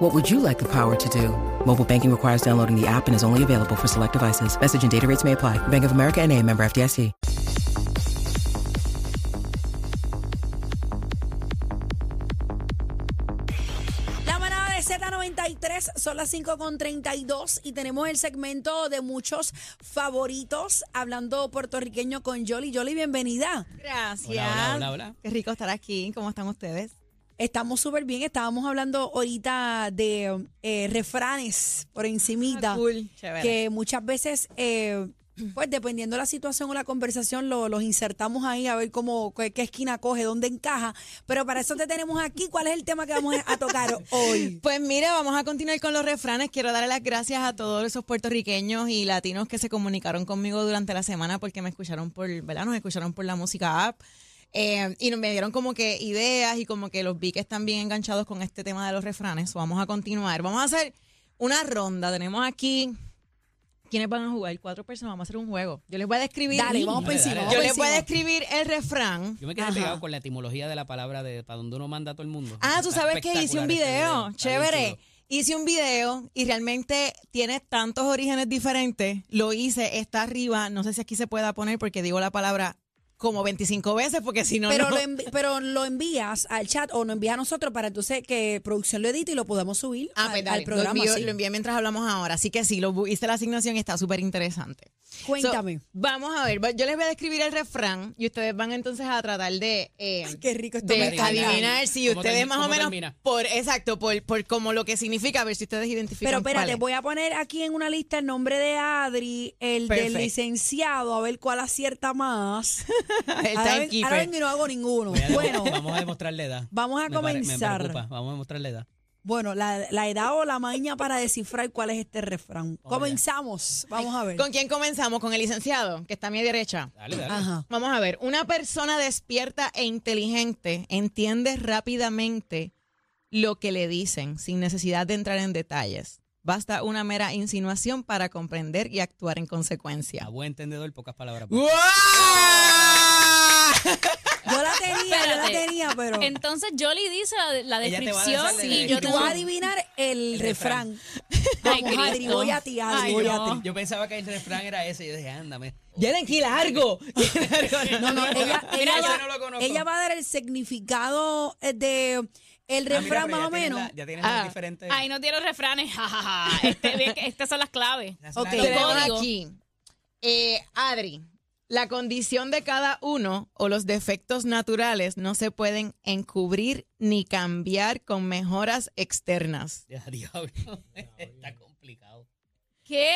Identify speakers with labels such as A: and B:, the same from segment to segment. A: What would you like the power to do? Mobile banking requires downloading the app and is only available for select devices. Message and data rates may apply. Bank of America and a member FDIC.
B: La manada de Z93 son las 5.32 y tenemos el segmento de muchos favoritos hablando puertorriqueño con Yoli. Yoli, bienvenida.
C: Gracias.
D: Hola, hola, hola, hola.
C: Qué rico estar aquí. ¿Cómo están ustedes?
B: Ah, Estamos súper bien, estábamos hablando ahorita de eh, refranes por encimita,
C: Ah, cool. Chévere.
B: que muchas veces, eh, pues dependiendo de la situación o la conversación, lo- los insertamos ahí a ver cómo, qué, qué esquina coge, dónde encaja. Pero para eso te tenemos aquí, ¿cuál es el tema que vamos a tocar hoy?
C: Pues mira, vamos a continuar con los refranes. Quiero darle las gracias a todos esos puertorriqueños y latinos que se comunicaron conmigo durante la semana porque me escucharon por, ¿verdad? Nos escucharon por la música app. eh, y me dieron como que ideas y como que los vi que están bien enganchados con este tema de los refranes. So, vamos a continuar. Vamos a hacer una ronda. Tenemos aquí. ¿Quiénes van a jugar? Cuatro personas. Vamos a hacer un juego. Yo les voy a describir.
B: Dale, vamos por
D: Dale,
B: encima.
D: dale.
B: vamos
C: Yo
B: por
C: les voy a
B: encima.
C: describir el refrán.
D: Yo me quedé
B: Ajá.
D: pegado con la etimología de la palabra de para donde uno manda a todo el mundo.
C: Ah, tú
D: Está
C: sabes que hice un
D: espectacular este
C: video,
D: Está bien
C: chévere.
D: chulo.
C: Hice un video y realmente tiene tantos orígenes diferentes. Lo hice, está arriba. No sé si aquí se pueda poner porque digo la palabra como 25 veces porque si no,
B: Pero,
C: no.
B: Lo envi- pero lo envías al chat o lo envías a nosotros para entonces que producción lo edite y lo podamos subir
C: Ah,
B: al,
C: pues
B: al
C: dale,
B: programa.
C: Lo, envío-
B: sí.
C: lo envié mientras hablamos ahora. Así que sí, lo bu- hice la asignación y está súper interesante. So,
B: Cuéntame.
C: vamos a ver, va- yo les voy a describir el refrán y ustedes van entonces a tratar de... eh,
B: Ay, qué rico esto.
C: de
B: me
D: Termina.
B: encanta.
C: adivinar si
D: ¿Cómo
C: ustedes
D: termi-
C: más o
D: cómo
C: menos
D: termina?
C: por exacto por, por como lo que significa a ver si ustedes identifican
B: Pero
C: cuál
B: espérate,
C: es.
B: voy a poner aquí en una lista el nombre de Adri, el
C: Perfecto.
B: del licenciado, a ver cuál acierta más.
C: el
B: ahora, ven- ahora
C: timekeeper
B: vengo y no hago ninguno.
D: Voy a-
B: Bueno,
D: vamos a demostrar la edad.
B: vamos a
D: Me pare- me
B: comenzar.
D: preocupa, Vamos a demostrar la edad.
B: bueno la, la edad o la maña para descifrar cuál es este refrán.
D: Vamos allá.
B: Comenzamos. Vamos a ver.
C: con quién comenzamos con el licenciado que está a mi derecha
D: Dale, dale.
B: Ajá.
C: vamos a ver una persona despierta e inteligente entiende rápidamente lo que le dicen sin necesidad de entrar en detalles basta una mera insinuación para comprender y actuar en
D: A
C: consecuencia
D: buen entendedor, pocas palabras.
B: Yo la tenía, yo la
E: Espérate.
B: tenía, pero.
E: Entonces Jolly dice la, la
D: Ella te va a
E: descripción
D: dar la
E: y yo
B: Y tú
E: tengo
B: vas a adivinar el, refrán.
E: Ay,
B: Vamos, Adri,
E: Cristo.
B: voy a ti, Adri,
E: Ay,
B: voy
E: no.
B: a ti.
D: Yo pensaba que el refrán era ese. Yo dije, ándame.
C: Yarenqui, largo.
B: No, no, ella,
D: Mira,
B: ella
D: ese
B: va,
D: no lo conozco.
B: ella va a dar el significado eh, de el
D: Ah, mira,
B: refrán
D: pero
B: más o
D: ya tienen
B: menos.
D: la- ya tienen
C: Ah.
D: las diferentes.
E: Ay, no tiene refranes. ja, ja, ja. Este- ve que estas son las claves.
D: las- las-
B: ok.
D: las-
C: Tenemos
E: Código.
C: aquí, eh, Adri, la condición de cada uno o los defectos naturales no se pueden encubrir ni cambiar con mejoras externas.
D: Ya, diablo. Está complicado.
E: ¿Qué?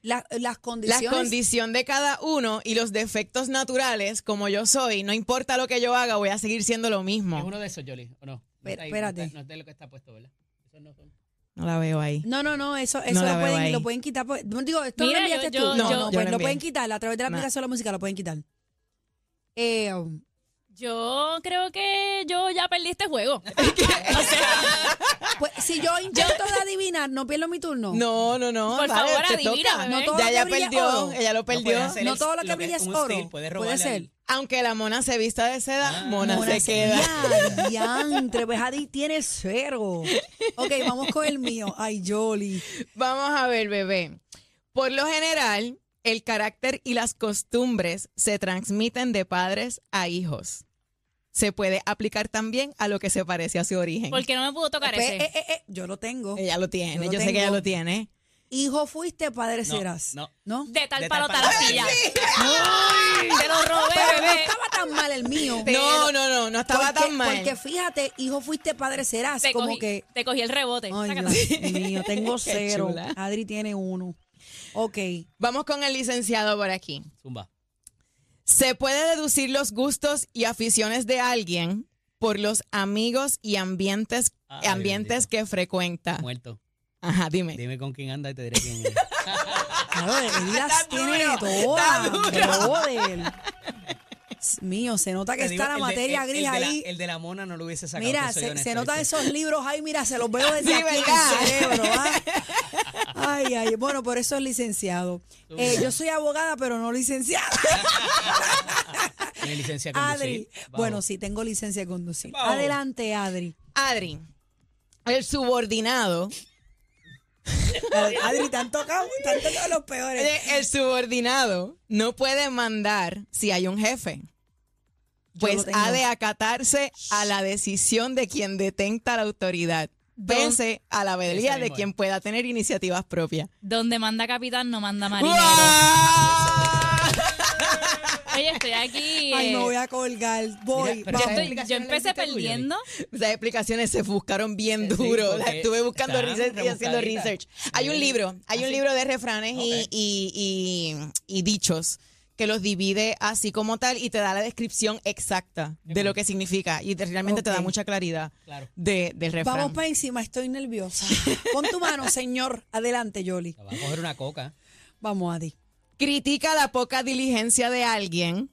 B: La- las
C: La
B: condiciones.
C: condición de cada uno y los defectos naturales, como yo soy, no importa lo que yo haga, voy a seguir siendo lo
D: ¿Es
C: mismo.
D: uno de esos, Jolie? ¿O no? no?
B: Pero,
D: está ahí,
B: Ah. espérate.
D: No está- no está lo que está puesto, ¿verdad? Esos no son.
C: No la veo ahí.
B: no, no, no, eso, eso
C: No la
B: lo,
C: veo
B: pueden,
C: ahí.
B: lo pueden quitar. pues, no, Digo, esto
E: Mira,
B: lo enviaste
E: yo-
B: tú.
E: yo-
B: no,
E: yo-
B: no,
C: yo
B: pues
C: lo
B: lo
C: envié.
B: pueden quitar a través de la
C: Nah.
B: aplicación de la música, lo pueden quitar. Eh,
E: Yo creo que yo ya perdí este juego.
B: pues, si yo intento de adivinar, no pierdo mi turno.
C: No, no, no.
E: Por
C: vale,
E: favor,
C: te
E: adivina,
C: toca.
E: bebé. No
B: todo
C: Ya
B: lo
C: ella
B: que brilla es
C: perdió,
B: oro.
C: ella lo perdió.
D: puede hacer
B: No
D: el-
B: todo lo que brilla
D: un
B: es oro.
D: steal,
B: Puede
D: puede robarle al-
B: ser.
C: Aunque la mona se vista de seda, mona,
B: Mona
C: se queda.
B: Ya, diantre, pues Adi tiene cero. Ok, vamos con el mío. Ay, Jolly.
C: Vamos a ver, bebé. Por lo general, el carácter y las costumbres se transmiten de padres a hijos. Se puede aplicar también a lo que se parece a su origen.
E: Porque no me pudo tocar
B: Pues, eh,
E: ese.
B: eh, eh, yo lo tengo.
C: Ella lo tiene,
B: Yo
C: yo,
B: lo
C: sé que ella
B: tengo.
C: lo tiene.
B: Hijo fuiste, padre
D: No,
B: serás.
D: no.
B: ¿No?
E: De tal
D: de
E: palo
D: tal
E: tal
D: palo.
E: astilla. Ay, Te lo robé,
B: Pero no
E: bebé.
B: estaba tan mal el mío.
C: No, no, no, no estaba
B: porque,
C: tan mal.
B: Porque fíjate, hijo fuiste, padre serás.
E: Te
B: como
E: cogí,
B: que.
E: te cogí el rebote.
B: Ay,
E: Sácala.
B: Dios mío, tengo
C: Qué
B: cero.
C: chula.
B: Adri tiene uno. Ok.
C: Vamos con el licenciado por aquí.
D: Zumba.
C: Se puede deducir los gustos y aficiones de alguien por los amigos y ambientes,
D: Ah, Ay,
C: ambientes
D: bendito.
C: que frecuenta.
D: Muerto.
C: Ajá, dime.
D: Dime con quién anda y te diré quién es.
B: Claro, él las tiene
C: duro,
B: todas. brother. Dios mío, se nota que
D: Te digo,
B: está la
D: el de-
B: materia
D: el- el
B: gris
D: de la-
B: ahí.
D: el de la mona no lo hubiese sacado.
B: Mira,
D: te soy
B: se,
D: honesto,
B: se notan
D: ¿viste?
B: esos libros ahí, mira, se los veo desde
C: Sí,
B: aquí en
C: ¿verdad?
B: el cerebro. ¿ah? Ay, ay, bueno, por eso es licenciado. Eh, yo soy abogada, pero no licenciada.
D: Tiene licencia de conducir.
B: Adri,
D: Vamos.
B: bueno, sí, tengo licencia de conducir.
D: Vamos.
B: Adelante, Adri.
C: Adri, el subordinado,
B: Adri, te han tocado, te han tocado los peores.
C: el subordinado no puede mandar si hay un jefe.
B: Yo lo
C: Pues
B: tengo.
C: ha de acatarse a la decisión de quien detenta la autoridad, pese a la
D: Ese
C: velía de
D: mismo es.
C: quien pueda tener iniciativas propias.
E: Donde manda capitán no manda marinero. Oye, estoy aquí.
B: Ay,
E: eh,
B: me voy a colgar. Voy,
D: Mira, pero
E: yo,
B: vamos.
E: estoy-
D: Explicaciones
E: yo
D: la
E: empecé
D: hiciste tú, Yoli.
E: perdiendo.
C: Las explicaciones se buscaron bien
D: Sí,
C: duro.
D: porque
C: Las estuve buscando
D: están
C: research y haciendo
D: rebuscaditas.
C: research. Hay un
D: Sí.
C: libro, hay
D: Ah,
C: un
D: sí.
C: libro de refranes y-
D: Ok.
C: y, y- y dichos que los divide así como tal y te da la descripción exacta de lo que significa y te- realmente te da
B: Ok.
C: mucha claridad
D: Claro.
C: de, del refrán.
B: Vamos para encima, estoy nerviosa. Pon tu mano, señor. Adelante, Yoli.
D: Va a coger una coca.
B: Vamos, Adri.
C: Critica la poca diligencia de alguien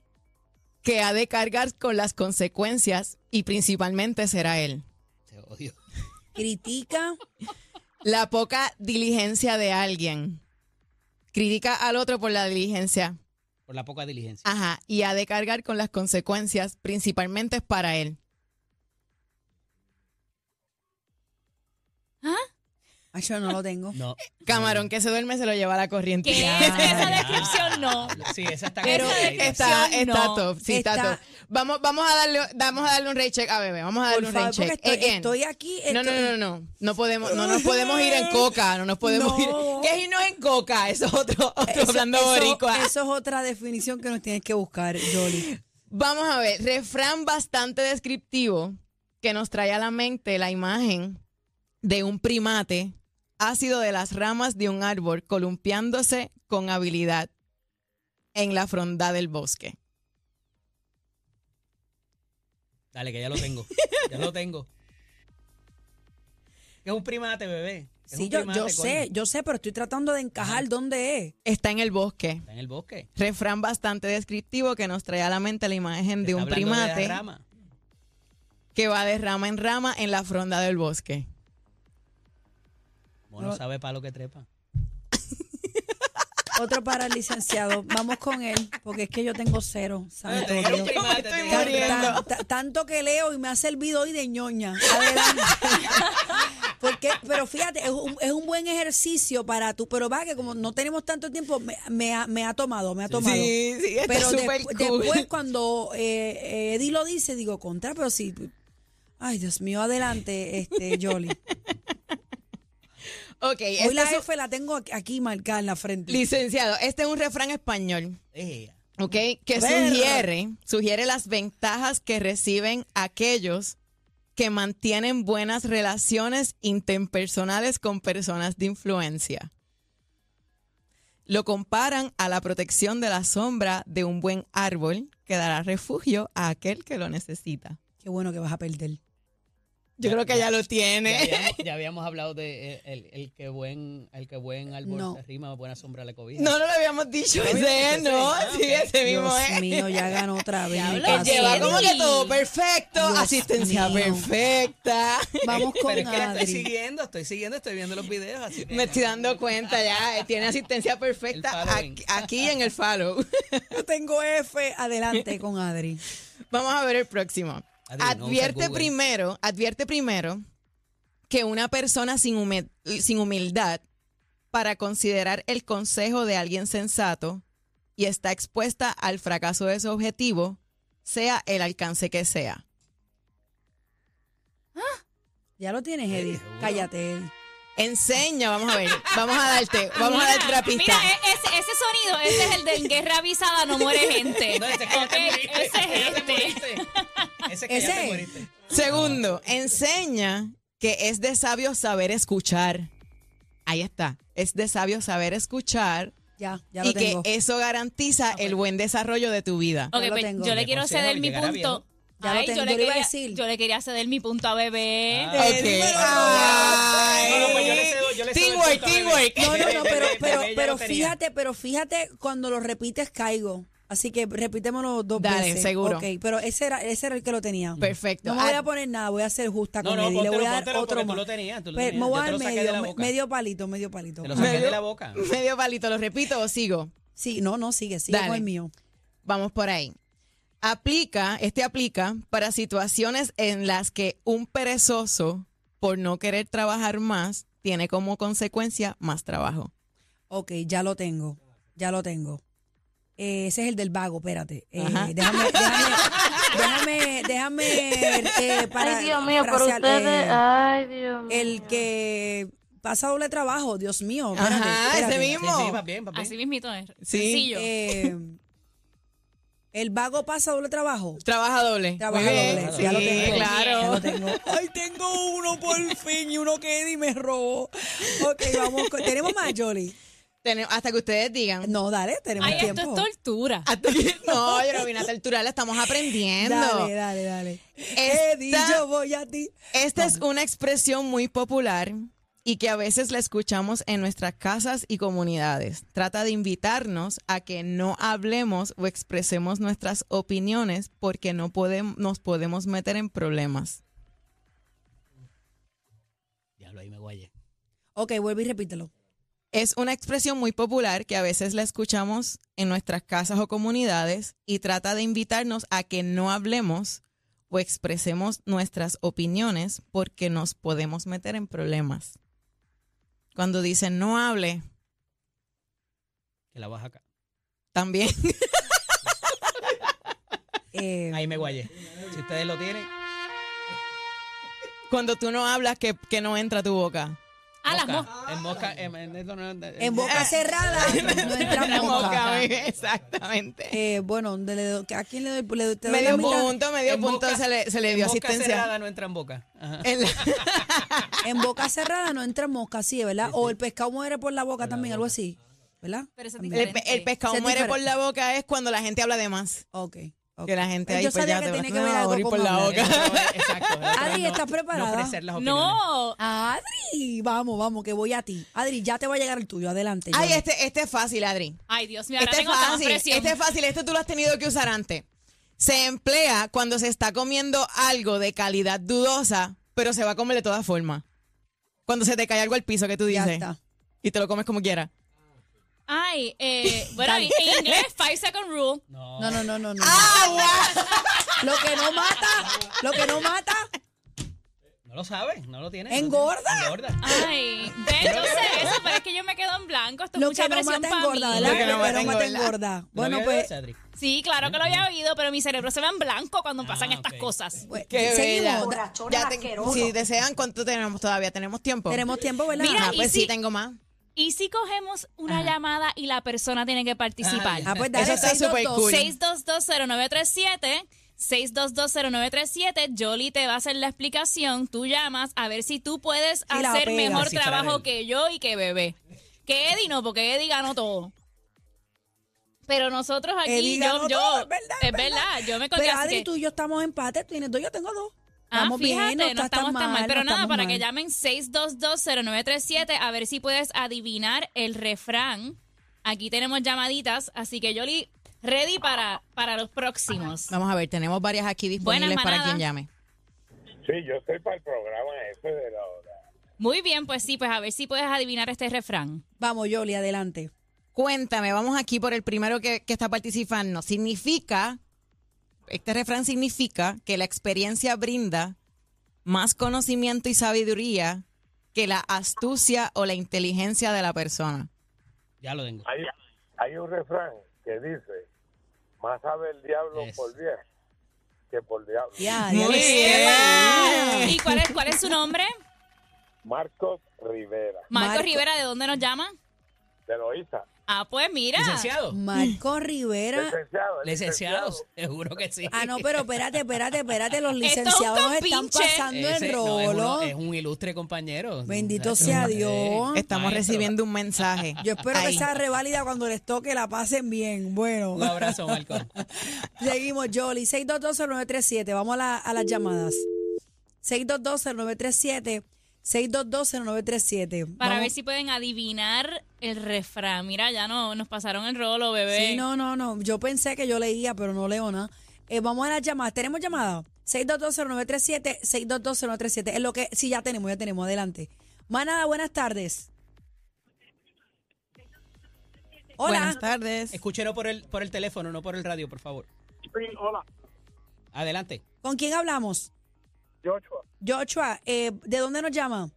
C: que ha de cargar con las consecuencias y principalmente será él.
D: Te odio.
B: Critica.
C: La poca diligencia de alguien. Critica al otro por la diligencia.
D: Por la poca diligencia.
C: Ajá. Y ha de cargar con las consecuencias, principalmente es para él.
B: Ay, yo Ah, no lo tengo.
D: No.
C: Camarón que se duerme se lo lleva a la corriente.
E: Que
C: Ya.
E: es esa descripción no.
D: Sí, esa está
E: Pero
D: complicadita.
C: Está,
E: Opción
C: está
E: no.
C: top, sí, está,
B: Está-
C: top. Vamos, vamos a darle, vamos a darle un rey check a bebé, vamos a
B: Por
C: darle un
B: favor,
C: rey
B: porque
C: check.
B: estoy,
D: Eh,
C: Again.
B: estoy aquí.
C: No, no,
B: estoy-
C: no, no, no. No podemos, no nos podemos ir en coca, no nos podemos
B: No.
C: ir. ¿Qué es irnos en coca? Eso es otro, otro
B: Eso-
C: hablando
B: eso-
C: boricua.
B: Eso es otra definición que nos tienes que buscar, Yoli.
C: Vamos a ver, refrán bastante descriptivo que nos trae a la mente la imagen de un primate ácido de las ramas de un árbol columpiándose con habilidad en la fronda del bosque.
D: Dale, que ya lo tengo. Ya lo tengo. Que es un primate, bebé. Es
B: Sí,
D: un
B: yo,
D: primate,
B: yo
D: coño.
B: sé, yo sé, pero estoy tratando de encajar dónde es.
C: Está en el bosque.
D: Está en el bosque.
C: Refrán bastante descriptivo que nos trae a la mente la imagen de
D: Está
C: un
D: hablando la
C: primate
D: rama.
C: que va de rama en rama en la fronda del bosque.
D: Mono sabe para lo que trepa.
B: Otro para el licenciado. Vamos con él, porque es que yo tengo cero. santo
D: Era un
B: Dios.
D: primate,
C: estoy
D: tenía
B: Tan-
D: que trepa.
C: muriendo.
B: tan- ta- tanto que leo y me ha servido hoy de ñoña. Adelante. Porque, pero fíjate, es un, es un buen ejercicio para tú, pero va que como no tenemos tanto tiempo, me, me ha, me ha tomado, me ha tomado.
C: Sí, sí, está
B: pero
C: súper
B: despu-
C: cool.
B: después cuando eh, eh, Eddie lo dice, digo, contra, pero sí. Ay, Dios mío, adelante, este, Jolly.
C: Ok,
B: Hoy la
C: esta es-
B: F la tengo aquí- aquí marcada en la frente.
C: licenciado, este es un refrán español.
D: Eh,
C: ¿ok? Que
B: Ver.
C: sugiere, sugiere las ventajas que reciben aquellos que mantienen buenas relaciones interpersonales con personas de influencia. Lo comparan a la protección de la sombra de un buen árbol que dará refugio a aquel que lo necesita.
B: Qué bueno que vas a perder.
C: Yo
D: Ya,
C: creo que
D: ya.
C: ya lo
D: ya,
C: tiene.
D: habíamos, ya habíamos hablado de eh, el, el que buen el que buen árbol
B: No.
D: se rima, buena sombra le cobija.
C: No, no lo habíamos dicho ese,
D: ese,
C: ¿no?
D: ah,
C: Sí,
D: ok.
C: ese mismo
B: Dios
C: es.
B: mío, ya ganó otra vez.
E: Diablo,
B: me
C: Que lleva
E: Así.
C: como que todo perfecto,
B: Dios
C: asistencia
B: mío.
C: perfecta.
B: Vamos con
D: Pero es que la estoy
B: Adri.
D: siguiendo, estoy siguiendo, estoy viendo los videos. Así que-
C: Me estoy dando cuenta ya, eh, tiene asistencia
D: El
C: perfecta
D: following.
C: aquí, aquí en el follow.
B: Yo tengo F. Adelante con Adri.
C: Vamos a ver el próximo.
D: Adri, no usa
C: advierte
D: Google.
C: primero, advierte primero que una persona sin, hume- sin humildad para considerar el consejo de alguien sensato y está expuesta al fracaso de su objetivo, sea el alcance que sea.
B: Ya lo tienes, Eddie. Cállate, Eddie.
C: Enseña, vamos a ver, vamos a darte, vamos a darte una pista.
E: Mira, e- ese, ese sonido, ese es el de en guerra avisada no muere gente.
D: No, ese este es que ya
E: Ok,
D: te muriste,
E: ese
D: que ya te muriste.
E: es este.
D: Ese es que ya
B: Ese.
D: te moriste.
C: Segundo, enseña que es de sabio saber escuchar. Ahí está. Es de sabio saber escuchar
B: Ya, ya lo
C: y que
B: tengo.
C: eso
D: Ah,
C: garantiza
D: pues.
C: el buen desarrollo de tu vida.
E: Ok,
B: Ya lo
E: pues
B: tengo.
E: yo
D: Me
E: le quiero
D: considero
E: ceder
D: que
E: mi
D: llegará
E: punto.
B: Ya lo
E: Ay,
B: tengo,
E: yo,
B: yo
E: le
B: le iba a
E: quería,
B: decir.
E: yo le quería ceder mi punto a bebé.
D: Ah.
B: número dos.
C: Ok. Ay.
D: No, no, pues yo le cedo, yo yo le cedo el
C: Teamwork,
D: punto a
C: teamwork.
D: Bebé.
B: No, no,
D: Bebé,
B: no, pero,
D: Bebé,
B: pero,
D: Bebé ya
B: pero
D: lo tenía.
B: fíjate, pero fíjate, cuando lo repites caigo. Así que repitémoslo dos
C: Dale,
B: veces.
C: seguro.
B: Ok, pero ese era, ese era el que lo tenía.
C: Perfecto.
B: No me voy
C: Ah,
B: a poner nada, voy a ser justa
D: No,
B: con
D: no,
B: él. y Le
D: póntelo,
B: voy a dar
D: póntelo,
B: otro
D: porque tú
B: más.
D: lo tenías, tú lo
B: Pero
D: tenías,
B: Me voy a
D: yo te
B: dar
D: lo saqué de la
B: medio, me-
D: boca.
B: medio palito, medio palito.
D: Te lo saqué
C: Medio-
D: de la boca.
C: Medio palito, lo repito o sigo.
B: Sí, no, no, sigue, sigue
C: Dale.
B: con el mío.
C: Vamos por ahí. Aplica, este aplica para situaciones en las que un perezoso, por no querer trabajar más, tiene como consecuencia más trabajo.
B: Ok, ya lo tengo. Ya lo tengo. Eh, ese es el del vago, espérate. Eh,
C: Ajá.
B: déjame, déjame, déjame, déjame, eh, para-
F: Ay, Dios mío, pero
B: frasear,
F: ustedes. ah,
B: eh,
F: Ay, Dios mío.
B: el que pasa doble trabajo, Dios mío.
C: Ajá,
B: espérate, espérate.
C: ese
D: Sí,
C: mismo.
D: sí, va bien, va bien.
E: Así mismito es.
C: Sí.
E: Sencillo.
B: Eh, el vago pasa doble trabajo.
C: Trabaja doble.
B: Trabaja
C: Muy bien,
B: doble,
C: sí,
B: ya lo tengo.
C: claro.
B: Ya lo tengo. Ay, tengo uno por fin y uno que y me robó. Ok, vamos. con- ¿Tenemos más, Jolie?
C: Tenem- hasta que ustedes digan.
B: No, dale, tenemos
E: Ay,
B: tiempo.
E: esto es tortura.
C: Hasta que- no, yo no vine a torturar, la estamos aprendiendo.
B: Dale, dale, dale.
C: Esta-
B: Eddie, yo voy a ti.
C: Esta es una expresión muy popular y que a veces la escuchamos en nuestras casas y comunidades. Trata de invitarnos a que no hablemos o expresemos nuestras opiniones porque no podem- nos podemos meter en problemas.
D: Diablo, ahí me guayé.
B: Ok, vuelve y repítelo.
C: Es una expresión muy popular que a veces la escuchamos en nuestras casas o comunidades y trata de invitarnos a que no hablemos o expresemos nuestras opiniones porque nos podemos meter en problemas. Cuando dicen no hable,
D: Que la baja acá.
C: también.
B: Eh,
D: Ahí me guayé. Si ustedes lo tienen.
C: Cuando tú no hablas, que, que no entra a tu boca.
E: A Ah, las moscas.
D: mosca. En mosca. En, en- en- en- en-
B: en boca cerrada no entra
C: La
B: mosca.
C: boca, bebé, exactamente.
B: Eh, bueno, ¿dónde le doy? ¿a quién le doy? ¿Le doy- te doy la
C: Medio
B: mitad?
C: punto, medio
D: en
C: punto
D: boca-
C: se le, se le
D: en
C: dio
D: boca
C: asistencia.
D: cerrada no entra en boca. Ajá.
C: En la-
B: En boca cerrada no entra mosca, sí, ¿verdad? O el pescado muere por la boca también, algo así, ¿verdad?
E: Pero eso es
B: También.
C: el, pe- el pescado
B: Se
C: muere
B: difere-
C: por la boca es cuando la gente habla de más.
B: Ok. ok.
C: Que la gente ahí
B: Yo
C: pues,
B: sabía
C: ya
B: que
C: te va-
B: tenía que
C: no,
B: ver algo
C: abrir
B: con
C: por la
B: hablar.
C: boca.
D: Exacto. el otro
B: Adri,
D: es no-
B: ¿estás preparada?
D: No ofrecer las opiniones.
E: No.
B: Adri, vamos, vamos, que voy a ti. Adri, ya te va a llegar el tuyo, adelante.
C: Ay,
B: Johnny.
C: este, este es fácil, Adri.
E: Ay, Dios mío, ahora
C: Este es
E: tengo hasta más
C: fácil,
E: presión.
C: este es fácil, este tú lo has tenido que usar antes. Se emplea cuando se está comiendo algo de calidad dudosa, pero se va a comer de todas formas. Cuando se te cae algo al piso que tú
B: ya
C: dices
B: está.
C: y te lo comes como quieras.
E: Ay, eh, bueno, en en inglés, five second rule.
D: No.
B: No, no, no, no, no. Lo que no mata, lo que no mata,
D: No lo sabes, no lo tienes.
B: Engorda.
D: No tienes. Engorda.
E: Ay, de hecho sé eso, pero es que yo me quedo en blanco. Esto es
B: lo
E: mucha
B: que no
E: presión
B: mata
E: para
B: engorda,
E: mí.
B: ¿verdad?
C: Lo que no
B: Pero
C: mata
B: mata
C: engorda.
B: engorda.
D: ¿No lo
B: Bueno,
D: habías
B: pues,
D: hecho, Adri?
E: Sí, claro que lo había oído, pero mi cerebro se va en blanco cuando pasan
D: Ah,
E: estas
D: ok.
E: cosas.
B: pues,
C: Qué bella.
B: seguimos. Da-
F: Borrachona
C: Ya te-
F: asqueroso.
C: si desean, ¿cuánto tenemos todavía? ¿Tenemos tiempo?
B: Tenemos tiempo, ¿verdad?
E: Mira,
C: Ah,
E: y
C: pues
E: si-
C: sí, tengo más.
E: ¿Y si cogemos una llamada y la persona tiene que participar?
B: ah, pues dale,
C: Eso está
B: 622.
C: súper cool.
E: 6220937, 6220937, Jolie te va a hacer la explicación, tú llamas a ver si tú puedes
B: Y la
E: hacer
B: pega.
E: mejor
D: Descifrar
E: trabajo
D: el-
E: que yo y que bebé. Que Eddie no, porque Eddie ganó todo. Pero nosotros aquí,
B: Eddie
E: yo,
B: ganó
E: yo-
B: todo, es verdad,
E: es
B: es verdad.
E: verdad, yo me conté
B: Pero
E: así
B: Adri,
E: que-
B: tú y yo estamos empate, tú tienes dos, yo tengo dos.
E: Ah,
B: Estamos
E: fíjate,
B: bien, no,
E: no
B: está
E: estamos tan mal. Pero
B: no
E: nada,
B: estamos
E: para que
B: mal.
E: llamen 6220937 a ver si puedes adivinar el refrán. Aquí tenemos llamaditas, así que Yoli, ready para, para los próximos.
C: Vamos a ver, tenemos varias aquí disponibles
E: Buenas,
C: para
E: manada.
C: quien llame.
G: Sí, yo estoy para el programa ese de la hora.
E: Muy bien, pues sí, pues a ver si puedes adivinar este refrán.
B: Vamos, Yoli, adelante.
C: Cuéntame, vamos aquí por el primero que, que está participando. Significa, este refrán significa que la experiencia brinda más conocimiento y sabiduría que la astucia o la inteligencia de la persona.
D: Ya lo tengo.
G: Hay, hay un refrán que dice, más sabe el diablo
D: Eso.
G: por viejo que por diablo.
B: Ya,
C: Muy
B: ya.
E: eh.
C: bien.
E: ¿Y cuál es, cuál es su nombre?
G: Marcos Rivera,
E: Marco,
B: Marco.
E: Rivera, ¿de dónde nos llama?
G: de Loíza.
E: Ah, pues mira.
D: Licenciado.
B: Marco Rivera.
G: Licenciado.
D: Licenciados, seguro que sí.
B: Ah, no, pero espérate, espérate, espérate. Los
E: Esto es un
B: licenciados nos están
E: compinche.
B: pasando el
D: Ese- no, es,
B: rolo.
D: uno- es un ilustre compañero.
B: Bendito
D: Muchacho,
B: sea
D: eh,
B: Dios.
C: Estamos
D: maestro.
C: recibiendo un mensaje.
B: Ah. Yo espero que
C: Ahí.
B: esa reválida cuando les toque la pasen bien. Bueno,
D: Un abrazo, Marco.
B: seguimos, Jolly. 6220937. Vamos a, la- a las llamadas. 6220937. 6220937.
E: Para
B: Vamos-
E: ver si pueden adivinar el refrán. Mira, ya no, nos pasaron el rolo, bebé.
B: Sí, no, no, no. Yo pensé que yo leía, pero no leo nada. Eh, vamos a las llamadas. ¿Tenemos llamadas? 6220937, 6220937. Es lo que... Sí, ya tenemos, ya tenemos. Adelante. Manada, buenas tardes. Hola.
C: Buenas tardes.
D: Escúchelo por el, por el teléfono, no por el radio, por favor.
G: Sí, hola,
D: Adelante.
B: ¿Con quién hablamos?
G: Joshua,
B: Joshua, eh, ¿de dónde nos llama?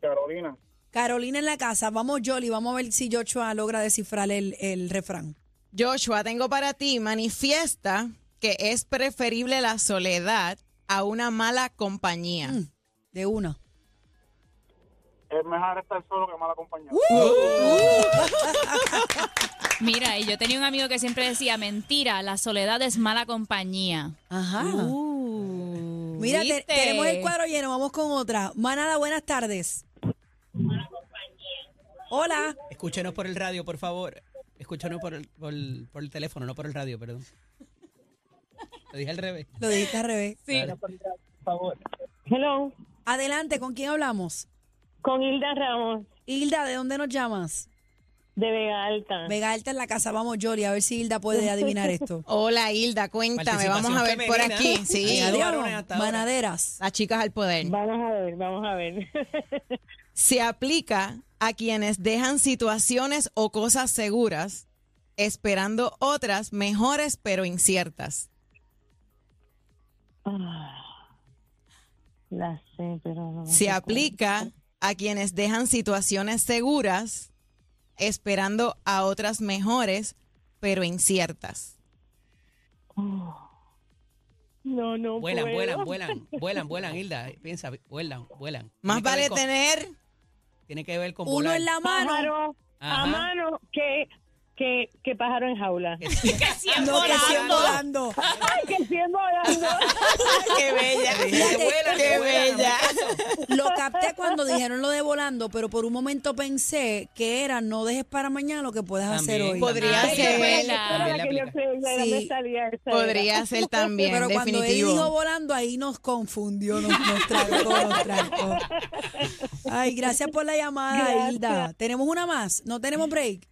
G: Carolina.
B: Carolina en la casa. Vamos, Jolly, vamos a ver si Joshua logra descifrar el, el refrán.
C: Joshua, tengo para ti, manifiesta que es preferible la soledad a una mala compañía.
B: Mm. De una.
G: Es mejor estar solo que mal acompañado.
E: Mira, y yo tenía un amigo que siempre decía, mentira, la soledad es mala compañía.
B: Ajá. Mira, te-
E: ¿viste?
B: tenemos el cuadro lleno, vamos con otra. Manada, buenas tardes. Hola.
D: Escúchenos por el radio, por favor. Escúchenos por el, por, el- por el teléfono, no por el radio, perdón. Lo dije al revés.
B: Lo dijiste al revés.
F: Hello,
B: Adelante, ¿con quién hablamos?
F: con Hilda Ramos
B: Hilda, ¿de dónde nos llamas?
F: de Vega Alta.
B: Vega Alta en la casa, vamos, Jolly, a ver si Hilda puede adivinar esto.
C: Hola, Hilda, cuéntame, vamos a ver por
D: Participación
C: aquí.
D: femenina.
C: Sí,
D: Ahí
B: Adiós,
D: varones hasta ahora.
B: Manaderas.
C: las chicas al poder.
F: Vamos a ver, vamos a ver.
C: se aplica a quienes dejan situaciones o cosas seguras esperando otras mejores pero inciertas.
F: Ah, La sé, pero no. me
C: Se
F: acuerdo.
C: aplica a quienes dejan situaciones seguras esperando a otras mejores pero inciertas.
F: No, no.
D: Vuelan,
F: puedo.
D: vuelan, vuelan, vuelan, vuelan, Hilda. Piensa, vuelan, vuelan.
C: Más
D: Tiene que
C: vale
D: ver con-
C: tener
D: Tiene que ver con
B: Uno
D: volar.
B: en la mano.
F: Pájaro
D: Ajá.
F: a mano que, que, que pájaro en jaula.
E: Que siempre
B: No, que siguen
E: volando.
B: volando.
F: Ay, que siempre volando.
C: qué bella,
D: Dije, que vuelan,
C: qué
D: que vuelan,
C: bella.
B: Lo capté cuando dijeron lo de volando, pero por un momento pensé que era no dejes para mañana lo que puedes hacer
D: También,
B: hoy.
C: Podría
E: Ay,
C: ser,
E: vuela.
F: Era
D: También
F: la
D: le
F: que yo
D: aplica.
F: pensé,
B: Sí.
F: ¿dónde salía esa?
C: Podría ser también,
B: Pero cuando
C: definitivo.
B: él dijo volando, ahí nos confundió, nos, nos trancó, nos trancó. Ay, gracias por la llamada,
F: Gracias.
B: Hilda. ¿Tenemos una más? ¿No tenemos break?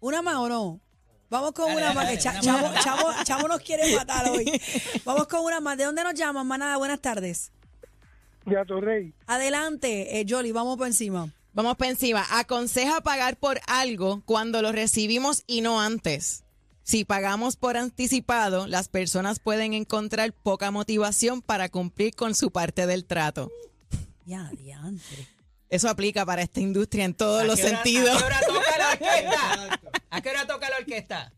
B: ¿Una más o no? Vamos con
D: Dale,
B: una
D: dale,
B: más, que
D: dale,
B: Cha-
D: una
B: chavo,
D: más.
B: Chavo- Chavo nos quiere matar hoy. Vamos con una más. ¿De dónde nos llaman, manada? Buenas tardes.
G: Ya tu rey.
B: Adelante, eh, Jolly, vamos por encima.
C: Vamos para encima. Aconseja pagar por algo cuando lo recibimos y no antes. Si pagamos por anticipado, las personas pueden encontrar poca motivación para cumplir con su parte del trato.
B: Ya, diantre.
C: Eso aplica para esta industria en
D: ¿A
C: todos los
D: qué hora-
C: sentidos.
D: ¿A qué hora toca la orquesta? ¿A qué hora toca la orquesta?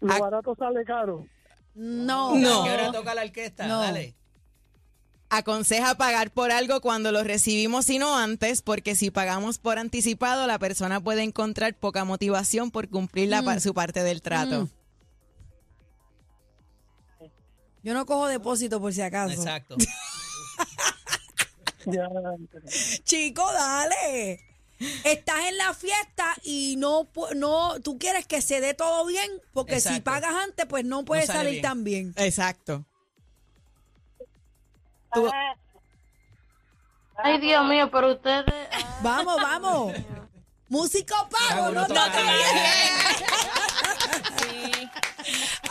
G: Lo
C: Ah.
G: barato sale caro.
B: No.
D: ¿A
C: No.
D: qué hora toca la orquesta?
B: No.
D: Dale.
C: Aconseja pagar por algo cuando lo recibimos y no antes, porque si pagamos por anticipado, la persona puede encontrar poca motivación por cumplir
D: Mm.
C: la par- su parte del trato.
B: Yo no cojo depósito por si acaso.
D: Exacto.
G: Ya.
B: Chico, dale. Estás en la fiesta y no, pu- no tú quieres que se dé todo bien, porque si
D: Exacto.
B: pagas antes, pues no puede
D: sale
B: salir
D: bien.
B: tan bien.
C: Exacto.
F: Ah,
H: Ay, Dios mío, pero ustedes.
B: Vamos, vamos. Músico pago,
D: Pago,
B: no
D: no
B: te
D: toca nada.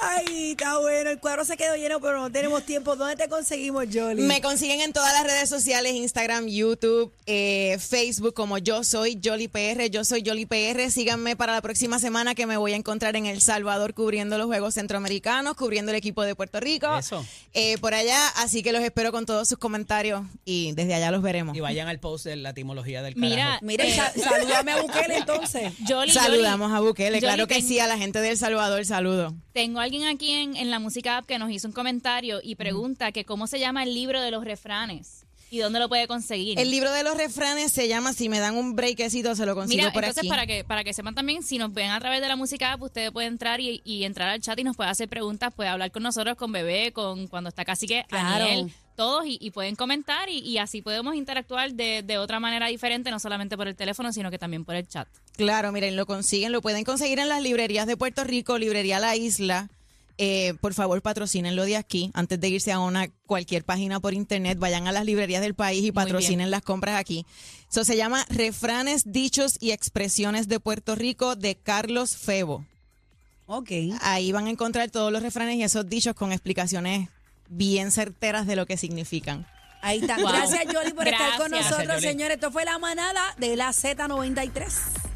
B: Ay, está bueno. El cuadro se quedó lleno, pero no tenemos tiempo. ¿Dónde te conseguimos, Jolly?
C: Me consiguen en todas las redes sociales, Instagram, YouTube, eh, Facebook, como yo soy Jolly PR, yo soy Jolly PR. Síganme para la próxima semana que me voy a encontrar en El Salvador cubriendo los Juegos Centroamericanos, cubriendo el equipo de Puerto Rico.
D: Eso.
C: eh, por allá, así que los espero con todos sus comentarios y desde allá los veremos.
D: Y vayan al post de la etimología del carajo.
E: Mira,
B: Mira, y
E: eh,
B: sa- salúdame a Bukele entonces.
E: Yoli,
C: Saludamos
E: Yoli,
C: a Bukele,
E: Yoli,
C: claro que
E: ten-
C: sí, a la gente de El Salvador, saludo.
E: Tengo alguien aquí en, en la música app que nos hizo un comentario y pregunta que cómo se llama el libro de los refranes y dónde lo puede conseguir.
C: El libro de los refranes se llama Si me dan un breakecito, se lo consigo
E: Mira,
C: por
E: entonces
C: aquí.
E: para que para que sepan también, si nos ven a través de la música app, ustedes pueden entrar y, y entrar al chat y nos puede hacer preguntas, puede hablar con nosotros, con Bebé, con cuando está casi que
B: Claro.
E: Aniel, todos y, y pueden comentar y, y así podemos interactuar de, de otra manera diferente, no solamente por el teléfono, sino que también por el chat.
C: Claro, miren, lo consiguen, lo pueden conseguir en las librerías de Puerto Rico, Librería La Isla, eh, por favor patrocínenlo de aquí. Antes de irse a una cualquier página por internet, vayan a las librerías del país y patrocinen las compras aquí. Eso se llama Refranes, Dichos y Expresiones de Puerto Rico de Carlos Febo.
B: Ok.
C: Ahí van a encontrar todos los refranes y esos dichos con explicaciones bien certeras de lo que significan.
B: Ahí está.
E: Wow.
B: Gracias, Yoli, por estar con
E: Gracias,
B: nosotros,
D: Yoli.
B: señores. Esto fue la manada de la Z93.